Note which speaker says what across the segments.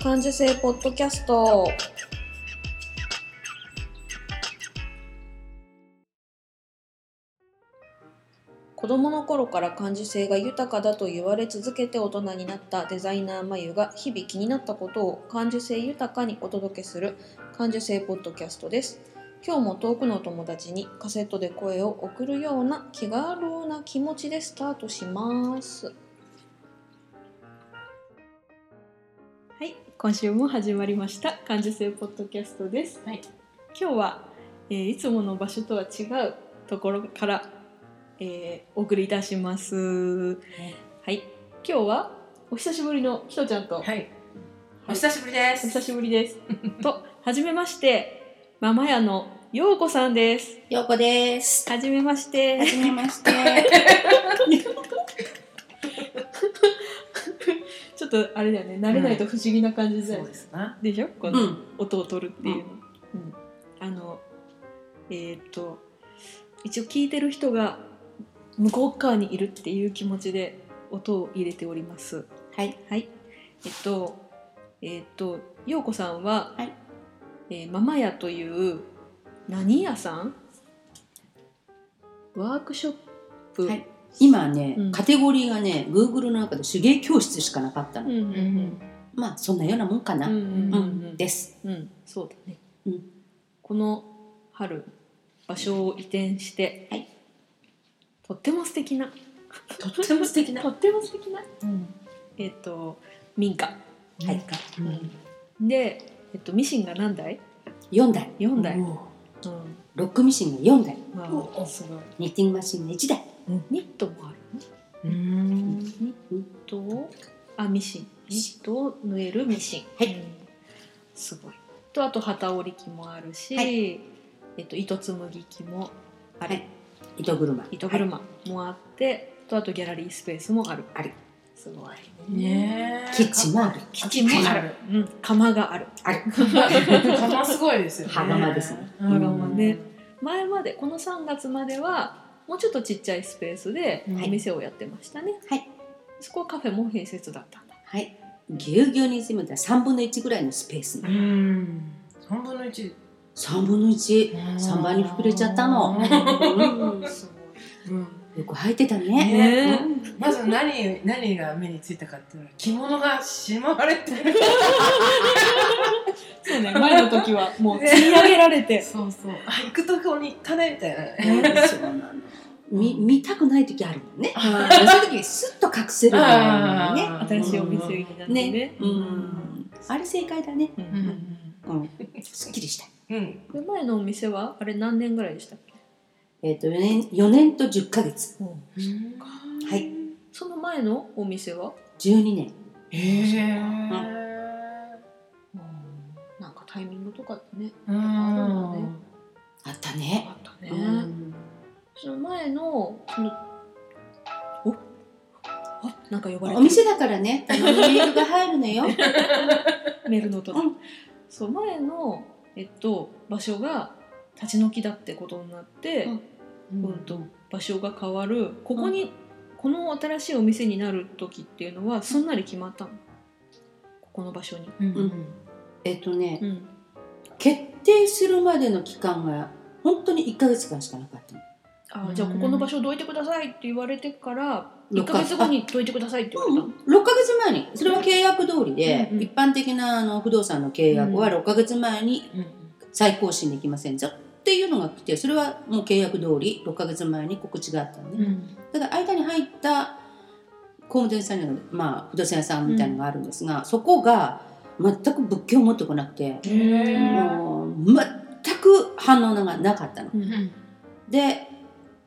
Speaker 1: 感受性ポッドキャスト。子供の頃から感受性が豊かだと言われ続けて大人になったデザイナーまゆが日々気になったことを感受性豊かにお届けする感受性ポッドキャストです。今日も遠くのお友達にカセットで声を送るような気軽な気持ちでスタートします。
Speaker 2: はい、今週も始まりました感受性ポッドキャストです。
Speaker 1: はい、
Speaker 2: 今日は、えーいつもの場所とは違うところから、えーお送りいたします。はい、今日はお久しぶりのひとちゃんと、
Speaker 3: はい。お久しぶりで
Speaker 2: お
Speaker 3: す。
Speaker 2: 久しぶりです。 と、はじめまして、ママ屋のようこさんです。
Speaker 1: ようこです。
Speaker 2: はじめまして。
Speaker 1: じめまして。
Speaker 2: ちょっとあれだよね、慣れないと不思議な感じだよ
Speaker 3: そう
Speaker 2: ね。
Speaker 3: ですな。
Speaker 2: でしょこ
Speaker 3: う
Speaker 2: の、
Speaker 3: ん。
Speaker 2: 音を取るっていうの、うんあのえーっと一応聞いてる人が向こう側にいるっていう気持ちで音を入れております
Speaker 1: はい
Speaker 2: はいえっとえーっと陽子さんは、
Speaker 1: はい
Speaker 2: えーママヤという何屋さんワークショップ、
Speaker 4: はい今ね、
Speaker 2: うん
Speaker 4: カテゴリーがね Google の中で手芸教室しかなかった
Speaker 2: うん
Speaker 4: の、
Speaker 2: うんうん
Speaker 4: まあそんなようなもんかな、
Speaker 2: うんうんうんうん
Speaker 4: です
Speaker 2: うん、そうだね、
Speaker 4: うん
Speaker 2: この春場所を移転して、
Speaker 4: はい
Speaker 2: とっても素敵な
Speaker 4: とっても素敵
Speaker 2: とっても素敵な、えっ、と民家
Speaker 4: はい、
Speaker 2: で、えっとミシンが何台
Speaker 4: 4台
Speaker 2: ?4 台、うん
Speaker 4: ロックミシンが4台
Speaker 2: わあすごい
Speaker 4: ニッティングマシンが1台
Speaker 2: ニットもあるね
Speaker 3: うん。
Speaker 4: ニッ
Speaker 2: ニットをあミシンニットを縫えるミシン、
Speaker 4: はい
Speaker 2: うんすごいとあと旗織り機もあるし、
Speaker 4: は
Speaker 2: えっと糸紡ぎ機もある、
Speaker 4: はい糸車
Speaker 2: 糸
Speaker 4: はい
Speaker 2: 車もあって、とあとギャラリースペースもある
Speaker 4: ある
Speaker 2: すごい
Speaker 3: ねえ。
Speaker 4: キッチンもある
Speaker 2: キッチンもあ る、うん、釜がある
Speaker 4: ある
Speaker 3: 釜すごいですよね。
Speaker 4: 浜間ですね
Speaker 3: うん
Speaker 2: 浜間ね。前までこの3月まではもうちょっとちっちゃいスペースで
Speaker 3: うん
Speaker 2: お店をやってましたね、
Speaker 4: はい
Speaker 2: そこはカフェも併設だったんだ
Speaker 4: はいぎゅうぎゅうに詰めた3分の1ぐらいのスペース
Speaker 3: うん。三分の一。
Speaker 4: 3分の1三倍に膨れちゃったのうん
Speaker 2: す
Speaker 3: うん
Speaker 4: よく入ってたね
Speaker 2: ね
Speaker 3: まず何何が目についたかっていうのは着物がしまわれてる。
Speaker 2: そうね前の時はもう
Speaker 3: ね
Speaker 2: 積み上げられて、
Speaker 3: そうそう。あ行くとこに行ったねみたいなね。
Speaker 4: そうなのみ見たくない時あるもんね
Speaker 2: は
Speaker 4: そういう時にスッと隠せるのがね
Speaker 3: あー
Speaker 2: 新しいお店になってね
Speaker 4: ね、うん、あれ正解だね。
Speaker 2: うん
Speaker 3: うん。
Speaker 4: うん、すっきりした。
Speaker 3: うん。
Speaker 2: で前のお店はあれ何年ぐらいでしたっけ、
Speaker 4: えっ、と、四年、四年と十ヶ月、はい。
Speaker 2: その前のお店は
Speaker 4: 十二年。
Speaker 3: へえ。
Speaker 2: なんかタイミングとかね
Speaker 3: うん。
Speaker 4: あったね。
Speaker 2: あったね、
Speaker 4: うん、
Speaker 2: その前のそのおおなんか呼ばれて
Speaker 4: お
Speaker 2: る
Speaker 4: 店だからね、あのメールが入るのよ。
Speaker 2: メールの音だ、
Speaker 4: うん
Speaker 2: そう前の、えっと、場所が立ち退きだってことになって、
Speaker 4: う
Speaker 2: うんと場所が変わるここに、この新しいお店になる時っていうのはすんなり決まったのここの場所に、
Speaker 3: うん。
Speaker 4: えっとね、
Speaker 2: ん、
Speaker 4: 決定するまでの期間が本当に一ヶ月間しかなかったの。
Speaker 2: あ
Speaker 3: うん
Speaker 2: じゃあここの場所をどいてくださいって言われてから1
Speaker 4: 六
Speaker 2: か
Speaker 4: ヶ
Speaker 2: 月
Speaker 4: 月
Speaker 2: 後にどいてくださいって言われたの
Speaker 4: 6ヶ月前にそれは契約通りで、
Speaker 2: うんうん
Speaker 4: 一般的なあの不動産の契約は
Speaker 2: う
Speaker 4: 6ヶ月前に再更新できませんぞっていうのが来てそれはもう契約通り6ヶ月前に告知があったのね、
Speaker 3: うん。
Speaker 4: ただ間に入った工務店さんの、まあ、不動産屋さんみたいなのがあるんですが、そこが全く物件を持ってこなくて、
Speaker 3: へえ。
Speaker 4: もう全く反応がなかったの。で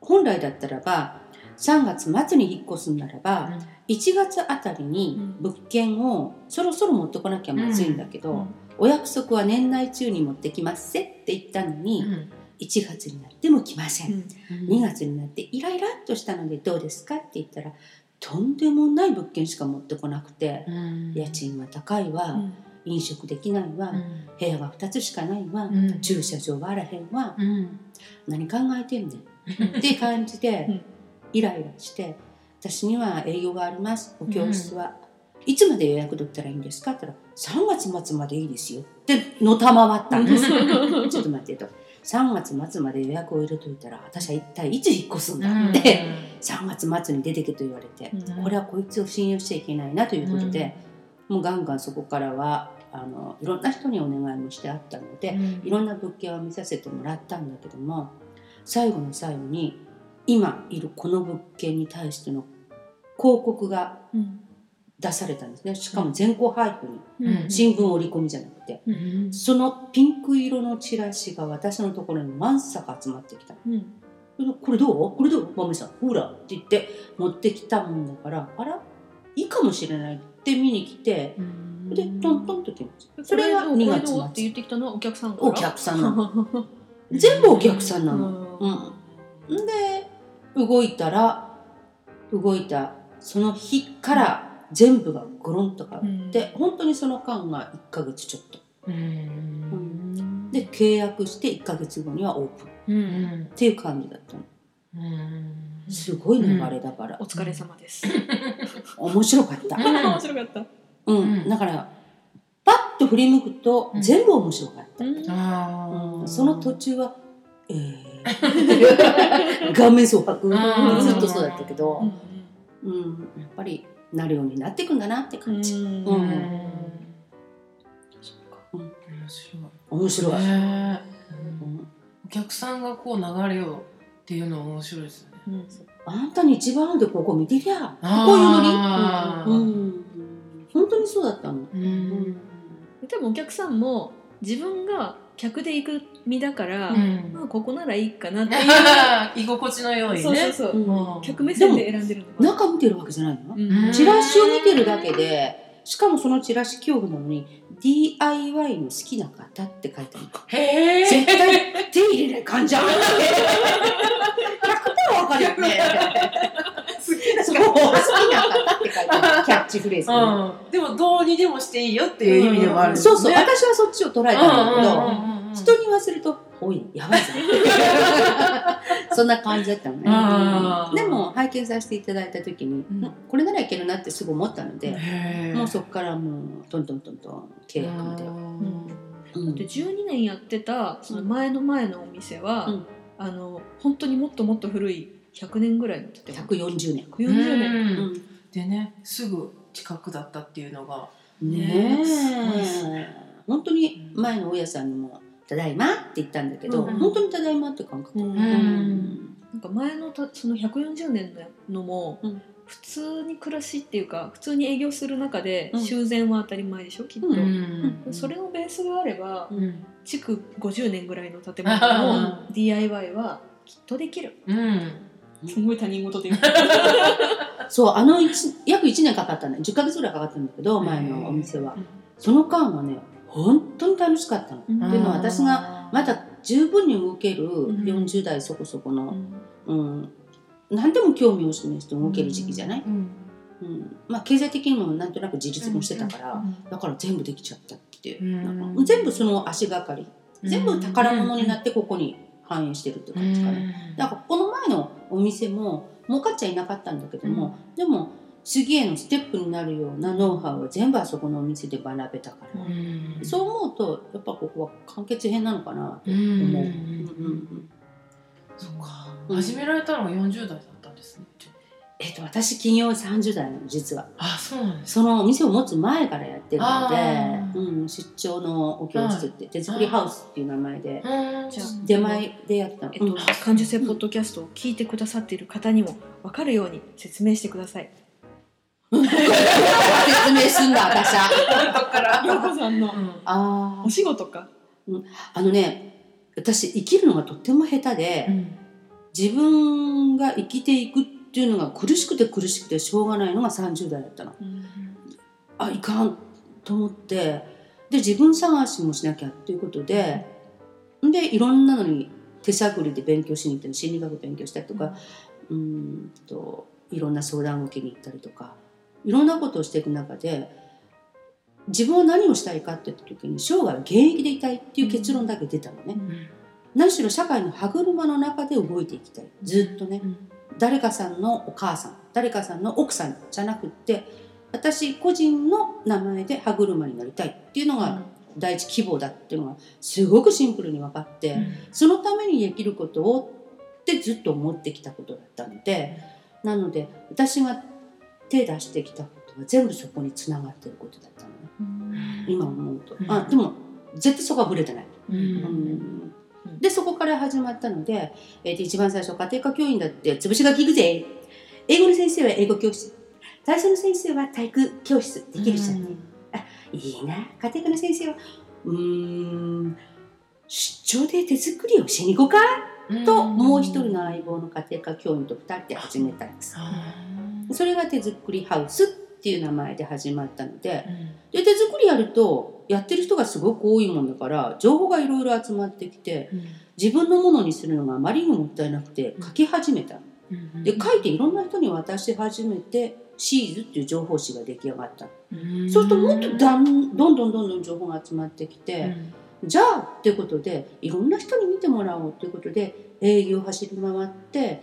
Speaker 4: 本来だったらば3月末に引っ越すならば、1月あたりに
Speaker 2: うん
Speaker 4: 物件をそろそろ持ってこなきゃまずいんだけど、
Speaker 3: うんうん
Speaker 4: お約束は年内中に持ってきますせって言ったのに、1月になっても来ません
Speaker 2: うん
Speaker 4: 2月になってイライラっとしたのでどうですかって言ったらとんでもない物件しか持ってこなくて家賃は高いわ、
Speaker 2: うん
Speaker 4: 飲食できないわ、部屋は2つしかないわ、
Speaker 3: うん
Speaker 4: 駐車場はあらへんわ、何考えてんねんって感じ
Speaker 2: う
Speaker 4: で
Speaker 2: ん
Speaker 4: イライラして私には営業がありますお教室はいつまで予約取ったらいいんですかって言ったら、3月末までいいですよってのたまわったんで すよ。ちょっと待ってと。3月末まで予約を入れといたら、私は一体いつ引っ越すんだって、3月末に出てけと言われて、これはこいつを信用しちゃいけないなということで、もうガンガンそこからは、あの、いろんな人にお願いもしてあったので、いろんな物件を見させてもらったんだけども最後の最後に今いるこの物件に対しての広告が出されたんですねしかも全校配布に新聞折り込みじゃなくてそのピンク色のチラシが私のところにわんさか集まってきたのこれどうこれどうマミさんほらって言って持ってきたもんだからあらいいかもしれないって見に来てでトントンと来ましたそれが2月
Speaker 2: これどうって
Speaker 4: 末
Speaker 2: 言ってきたのはお客さんから
Speaker 4: お客さんなの全部お客さんなの
Speaker 2: うん
Speaker 4: うん、んで動いたら動いたその日から全部がゴロンと変わって、本当にその間が1ヶ月ちょっとで契約して1ヶ月後にはオープンっていう感じだったのすごい流れだから
Speaker 2: お、疲れ様です
Speaker 4: 面白かった、
Speaker 2: 面白かった
Speaker 4: うん
Speaker 3: うん
Speaker 4: だからパッと振り向くと
Speaker 3: うん
Speaker 4: 全部面白かった、
Speaker 3: あ
Speaker 4: う
Speaker 3: あ
Speaker 4: んその途中は「えー、顔面蒼白」ずっとそうだったけど、うん、やっぱりなるようになっていくんだなって感じ、
Speaker 3: う
Speaker 4: うんん
Speaker 2: そっか
Speaker 3: 面白い
Speaker 4: 面白い、
Speaker 3: ね
Speaker 4: う
Speaker 3: え
Speaker 4: ん
Speaker 3: お客さんがこう流れをっていうのは面白いですよね
Speaker 2: うん
Speaker 4: あんたに一番合うんでここ見てりゃ
Speaker 3: あー
Speaker 4: こういうノリ、
Speaker 3: あー
Speaker 4: うん本当にそうだったの、
Speaker 3: う
Speaker 2: 多分お客さんも自分が客で行く身だから、まあここならいいかなっていう
Speaker 3: 居心地の良い
Speaker 2: そうそう
Speaker 3: ね
Speaker 2: そう、
Speaker 4: うん
Speaker 3: うん
Speaker 2: 客目線で選んでるのか
Speaker 4: 中見てるわけじゃないの、
Speaker 2: な
Speaker 3: うん
Speaker 4: チラシを見てるだけでしかもそのチラシ恐怖なのに DIY の好きな方って書いてあるの
Speaker 3: へ
Speaker 4: 絶
Speaker 3: え
Speaker 4: 対手入れない感じある100点わかるよねそう好きな方って書いてあるキャッチフレーズね、
Speaker 3: うんでもどうにでもしていいよっていう意味でもあるんですね
Speaker 4: そうそう、私はそっちを捉えたんだけど、人に言わせると「おいやばい ぞ」そんな感じだったの
Speaker 3: あー
Speaker 4: ねでも拝見させていただいた時に、
Speaker 3: うん
Speaker 4: うんこれならいけるなってすぐ思ったので、
Speaker 3: へえ
Speaker 4: もうそこからもうトントントントン契約まで、うん
Speaker 2: で12年やってたその前の前のお店は、
Speaker 4: うん
Speaker 2: あの本当にもっともっと古い100年ぐらいの建物
Speaker 4: 140年、
Speaker 2: 140年、
Speaker 4: うん
Speaker 3: 年でねすぐ近くだったっていうのが
Speaker 4: ね
Speaker 3: ねえすごい
Speaker 4: え本当に前の大家さんにも「ただいま」って言ったんだけど、
Speaker 2: うん
Speaker 4: 本当に「ただいま」って感覚、
Speaker 2: うん
Speaker 3: ん
Speaker 2: なんか前のたその140年のやのも、
Speaker 4: うん
Speaker 2: 普通に暮らしっていうか普通に営業する中で
Speaker 4: うん
Speaker 2: 修繕は当たり前でしょきっと、
Speaker 4: う
Speaker 2: それのベースがあれば
Speaker 3: うん
Speaker 2: 築50年ぐらいの建物の DIY はきっとできる
Speaker 3: うん
Speaker 2: すごい他人事で言う
Speaker 4: そうあの一約1年かかったね10ヶ月ぐらいかかったんだけど前のお店はその間はね本当に楽しかったの
Speaker 2: うん
Speaker 4: っていうのは私がまだ十分に動ける
Speaker 2: ん
Speaker 4: 40代そこそこ
Speaker 2: う
Speaker 4: の、
Speaker 2: ん
Speaker 4: うん、何でも興味を示して動ける時期じゃない、
Speaker 3: うん
Speaker 4: うんまあ、経済的にもなんとなく自立もしてたから、だから全部できちゃったっていう、なんか全部その足がかり全部宝物になってここに反映してるって感じかな、だからこの前のお店も儲かっちゃいなかったんだけども、でも次へのステップになるようなノウハウは全部あそこのお店で学べたから、
Speaker 3: うん
Speaker 4: そう思うとやっぱここは完結編なのかな、
Speaker 3: うん
Speaker 4: 思う
Speaker 3: うん
Speaker 4: そっか
Speaker 3: 始められたのが40代だったんですね
Speaker 4: えっと私金曜30代なの実は
Speaker 3: あそうなんです
Speaker 4: そのお店を持つ前からやってる
Speaker 3: あ
Speaker 4: の
Speaker 3: ー
Speaker 4: で、うん、出張のお教室って手作りハウスっていう名前で
Speaker 3: うん
Speaker 2: じゃあ
Speaker 4: 出前でやってたの、
Speaker 2: えっと
Speaker 4: うん、
Speaker 2: 感受性ポッドキャストを聞いてくださっている方にも分かるように説明してください。
Speaker 4: 説明すんだ私は
Speaker 3: こっから
Speaker 2: 涼子さんの
Speaker 3: うん
Speaker 4: あ
Speaker 2: お仕事か。
Speaker 4: ーあのね私生きるのがとっても下手で、自分が生きていくっていうのが苦しくて苦しくてしょうがないのが30代だったのあいかんと思ってで自分探しもしなきゃっていうことででいろんなのに手探りで勉強しに行ったり心理学勉強したりとか、うーんといろんな相談を受けに行ったりとかいろんなことをしていく中で自分は何をしたいかって言った時に生涯現役でいたいっていう結論だけ出たのね。何しろ社会の歯車の中で動いていきたいずっとね、
Speaker 3: うん
Speaker 4: 誰かさんのお母さん誰かさんの奥さんじゃなくって私個人の名前で歯車になりたいっていうの
Speaker 3: う
Speaker 4: が
Speaker 3: ん
Speaker 4: 第一希望だっていうのがすごくシンプルに分かって、そのためにできることをってずっと思ってきたことだったのでなので私が手出してきたことは全部そこにつながってることだったのね今思うと、
Speaker 3: うん
Speaker 4: あでも絶対そこはぶれてない、
Speaker 3: うん
Speaker 2: うん
Speaker 4: うんでそこから始まったので、えーと一番最初家庭科教員だって潰しが効くぜ英語の先生は英語教室体操の先生は体育教室できるじゃん、いいな家庭科の先生はうーん出張で手作りをしに行こうか
Speaker 3: うん
Speaker 4: ともう一人の相棒の家庭科教員と2人で始めたんです
Speaker 3: あー
Speaker 4: それが手作りハウスっていう名前で始まったので
Speaker 3: うん
Speaker 4: で手作りやるとやってる人がすごく多いもんだから情報がいろいろ集まってきて自分のものにするのがあまりにももったいなくて書き始めたの
Speaker 3: うん
Speaker 4: で書いていろんな人に渡し始めてシーズっていう情報誌が出来上がったの
Speaker 3: うん
Speaker 4: そうするともっとだんどんどんどんどん情報が集まってき
Speaker 3: う
Speaker 4: て
Speaker 3: ん
Speaker 4: じゃあっていうことでいろんな人に見てもらおうということで営業を走り回って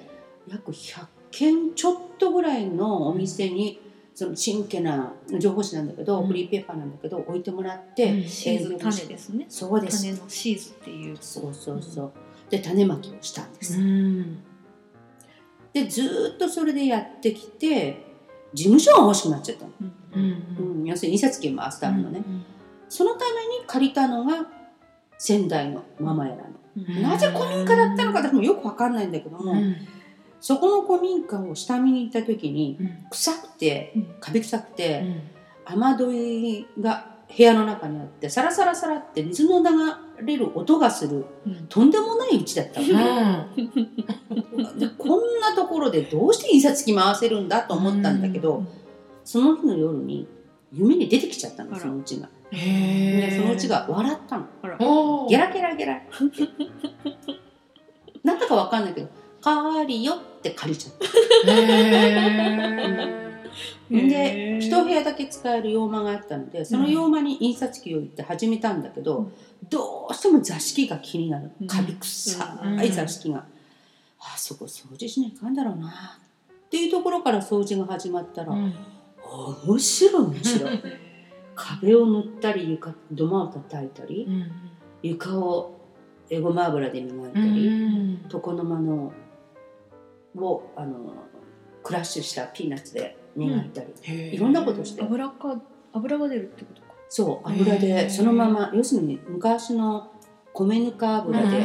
Speaker 4: 約100件ちょっとぐらいのお店にその真剣な情報誌なんだけど
Speaker 3: うん
Speaker 4: フリーペーパーなんだけど置いてもらって。
Speaker 2: シーズン種ですね
Speaker 4: そうです
Speaker 2: 種のシーズンっていう
Speaker 4: そうそうそう。で種まきをしたんです。
Speaker 3: うん
Speaker 4: でずーっとそれでやってきて事務所が欲しくなっちゃったの。
Speaker 3: うん
Speaker 4: うん、要するに印刷機回したのね、
Speaker 3: うん
Speaker 4: そのために借りたのが仙台のママやらの。
Speaker 3: うん
Speaker 4: なぜ古民家だったのか私もよくわかんないんだけども、
Speaker 3: うん
Speaker 4: そこの古民家を下見に行った時に
Speaker 3: うん
Speaker 4: 臭くて
Speaker 2: うん
Speaker 4: 壁臭く
Speaker 3: う
Speaker 4: て、
Speaker 3: ん
Speaker 4: 雨どいが部屋の中にあってサラサラサラって水の流れる音がする
Speaker 2: うん
Speaker 4: とんでもないうちだったの。
Speaker 3: う
Speaker 4: でこんなところでどうして印刷機回せるんだと思ったんだけど、
Speaker 2: うん
Speaker 4: その日の夜に夢に出てきちゃったのそのうちが、
Speaker 3: んへ
Speaker 4: で
Speaker 3: え
Speaker 4: そのうちが笑ったの
Speaker 3: おー
Speaker 4: ゲラゲラゲラ なんだかわかんないけど「借りよ」って借りちゃった
Speaker 3: へ
Speaker 4: で一部屋だけ使える洋間があったのでその洋間に印刷機を置いて始めたんだけど、
Speaker 2: うん
Speaker 4: どうしても座敷が気になる
Speaker 2: うん
Speaker 4: カビ臭
Speaker 3: うん
Speaker 4: い座敷が、あそこ掃除しないかんだろうなっていうところから掃除が始まったら、
Speaker 3: ー
Speaker 4: 面白い面白い壁を塗ったり床土間を叩いたり
Speaker 3: うん
Speaker 4: 床をエゴマ油で磨いた
Speaker 3: うん
Speaker 4: り、床の間のをあのクラッシュしたピーナッツで磨いたり、いろんなことして
Speaker 2: 油か油が出るってことか
Speaker 4: そう油
Speaker 3: へ
Speaker 4: で
Speaker 3: ー
Speaker 4: そのまま要するに昔の米ぬか
Speaker 3: うんう
Speaker 4: 油
Speaker 3: ん
Speaker 4: で、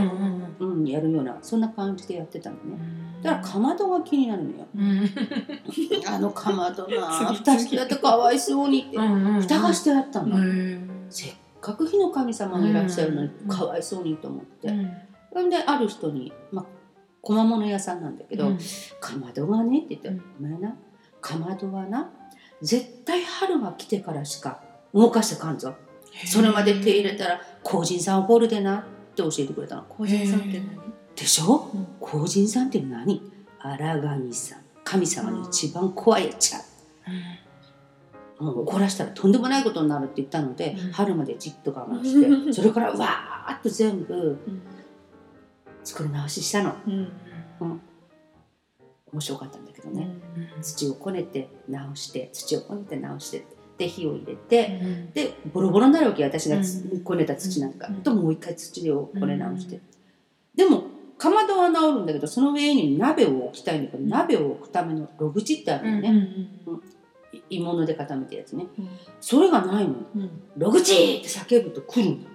Speaker 3: う
Speaker 4: うん
Speaker 3: ん
Speaker 4: やるようなそんな感じでやってたの
Speaker 3: う
Speaker 4: ね。
Speaker 3: ん。
Speaker 4: だからかまどが気になるのよ
Speaker 3: うん
Speaker 4: あのかまどな
Speaker 2: 次
Speaker 4: 蓋してあってかわいそうにって
Speaker 3: うんうん
Speaker 4: 蓋がしてあったの。
Speaker 3: うん
Speaker 4: せっかく火の神様がいらっしゃるのに
Speaker 3: うん
Speaker 4: かわいそうにと思って、
Speaker 3: うん
Speaker 4: ほんである人に、まあ、小間物屋さんなんだけど「
Speaker 3: うん
Speaker 4: かまどがね」って言ったら
Speaker 3: うん
Speaker 4: 「お前なかまどはな絶対春が来てからしか動かしてかんぞそれまで手入れたら工人さん怒るでな」って教えてくれたの。
Speaker 2: 工人さんって何
Speaker 4: でしょ、
Speaker 2: うん
Speaker 4: 工人さんって何荒神さん神様に一番怖いやっちゃもう怒らせたらとんでもないことになるって言ったので、
Speaker 3: うん
Speaker 4: 春までじっと我慢して それからわーっと全部
Speaker 2: うん
Speaker 4: 作り直ししたの
Speaker 2: うん
Speaker 4: 面白かったんだけど
Speaker 2: う
Speaker 4: ね、
Speaker 2: ん
Speaker 4: 土をこねて直して土をこねて直してで火を入れて、
Speaker 3: うん
Speaker 4: でボロボロになるわけよ私がつ、
Speaker 3: うん
Speaker 4: こねた土なんか、
Speaker 2: うん
Speaker 4: ともう一回土をこね直して、でもかまどは直るんだけどその上に鍋を置きたいんだけど、鍋を置くための炉縁ってあるの
Speaker 3: うん
Speaker 4: ね、い鋳物で固めたやつね
Speaker 2: うん
Speaker 4: それがないの
Speaker 2: うん
Speaker 4: ログチーって叫ぶと来るの。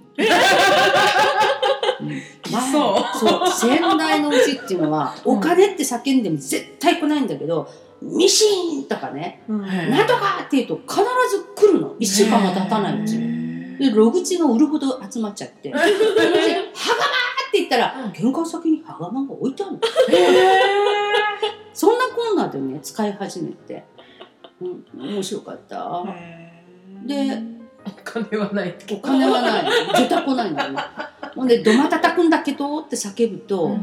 Speaker 4: うん前
Speaker 3: そ
Speaker 4: そう先代のうちっていうのは、
Speaker 3: うん
Speaker 4: お金って叫んでも絶対来ないんだけどミシーンとかね、
Speaker 2: うん
Speaker 3: はい
Speaker 4: なんとかっていうと必ず来るの1週間も経たないうちにでログチが売るほど集まっちゃって「ハガマ!」って言ったら、
Speaker 3: うん
Speaker 4: 玄関先にハガマが置いてあるの
Speaker 3: へ
Speaker 4: そんなコーナーでね使い始めて、うん、面白かった。で
Speaker 3: お金はない
Speaker 4: お金はない絶対来ないんだよねほんで「どま叩くんだけど」って叫ぶと、ど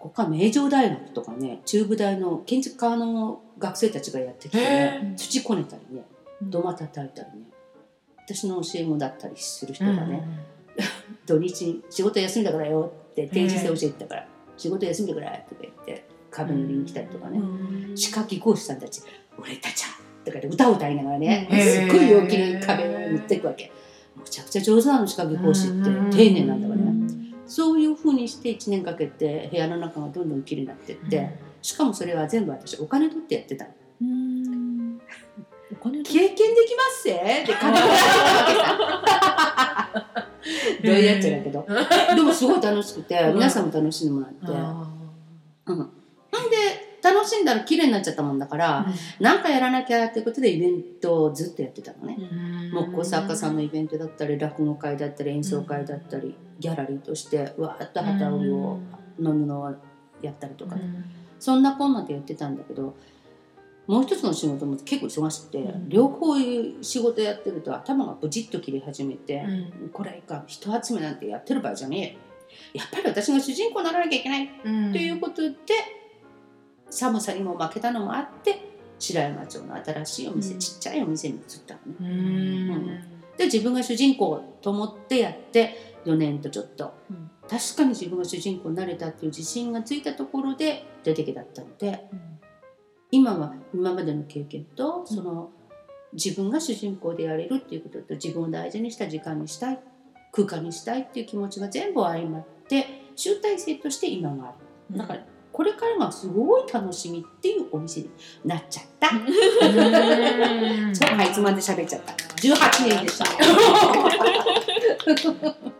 Speaker 4: こか名城大学とかね中部大の建築家の学生たちがやってきてね、
Speaker 2: え
Speaker 4: 土こねたりね土間叩いたりね私の教え子だったりする人がね、土日に「仕事休みだからよ」って定時制教えてたから「仕事休みだから」とか言って壁塗りに来たりとかね、
Speaker 2: うん
Speaker 4: 歯科技工士さんたち「俺たちはとかで歌を歌いながらね、
Speaker 2: うん
Speaker 4: すっごい陽気に壁を持っていくわけむちゃくちゃ上手なの歯科技講師って丁寧なんだからね、そういうふうにして1年かけて部屋の中がどんどん綺麗になってって、しかもそれは全部私お金取ってやってたの
Speaker 2: うんお金
Speaker 4: 経験できますせって金を出してたわ けさどういうやっちゃだけどでもすごい楽しくて皆さんも楽しんでもらって、なんで楽しんだら綺麗になっちゃったもんだから、なんかやらなきゃってことでイベントをずっとやってたのね、木工作家さんのイベントだったり落語会だったり演奏会だったり、ギャラリーとしてわーっと旗織りをの布をやったりとか、そんなこんなでやってたんだけどもう一つの仕事も結構忙しくて、
Speaker 3: うん
Speaker 4: 両方いう仕事やってると頭がブチッと切れ始めて、これいかん人集めなんてやってる場合じゃねえよやっぱり私が主人公にならなきゃいけないということで、寒さにも負けたのもあって白山町の新しいお店、
Speaker 2: うん
Speaker 4: ちっちゃいお店に移ったのね。で自分が主人公と思ってやって4年とちょっと、
Speaker 2: うん
Speaker 4: 確かに自分が主人公になれたっていう自信がついたところで出てきだったので、
Speaker 2: うん
Speaker 4: 今は今までの経験とその、自分が主人公でやれるっていうことと自分を大事にした時間にしたい空間にしたいっていう気持ちが全部相まって集大成として今がある。だからこれからがすごい楽しみっていうお店になっちゃった。そう、はいつまで喋っちゃった。18年でした。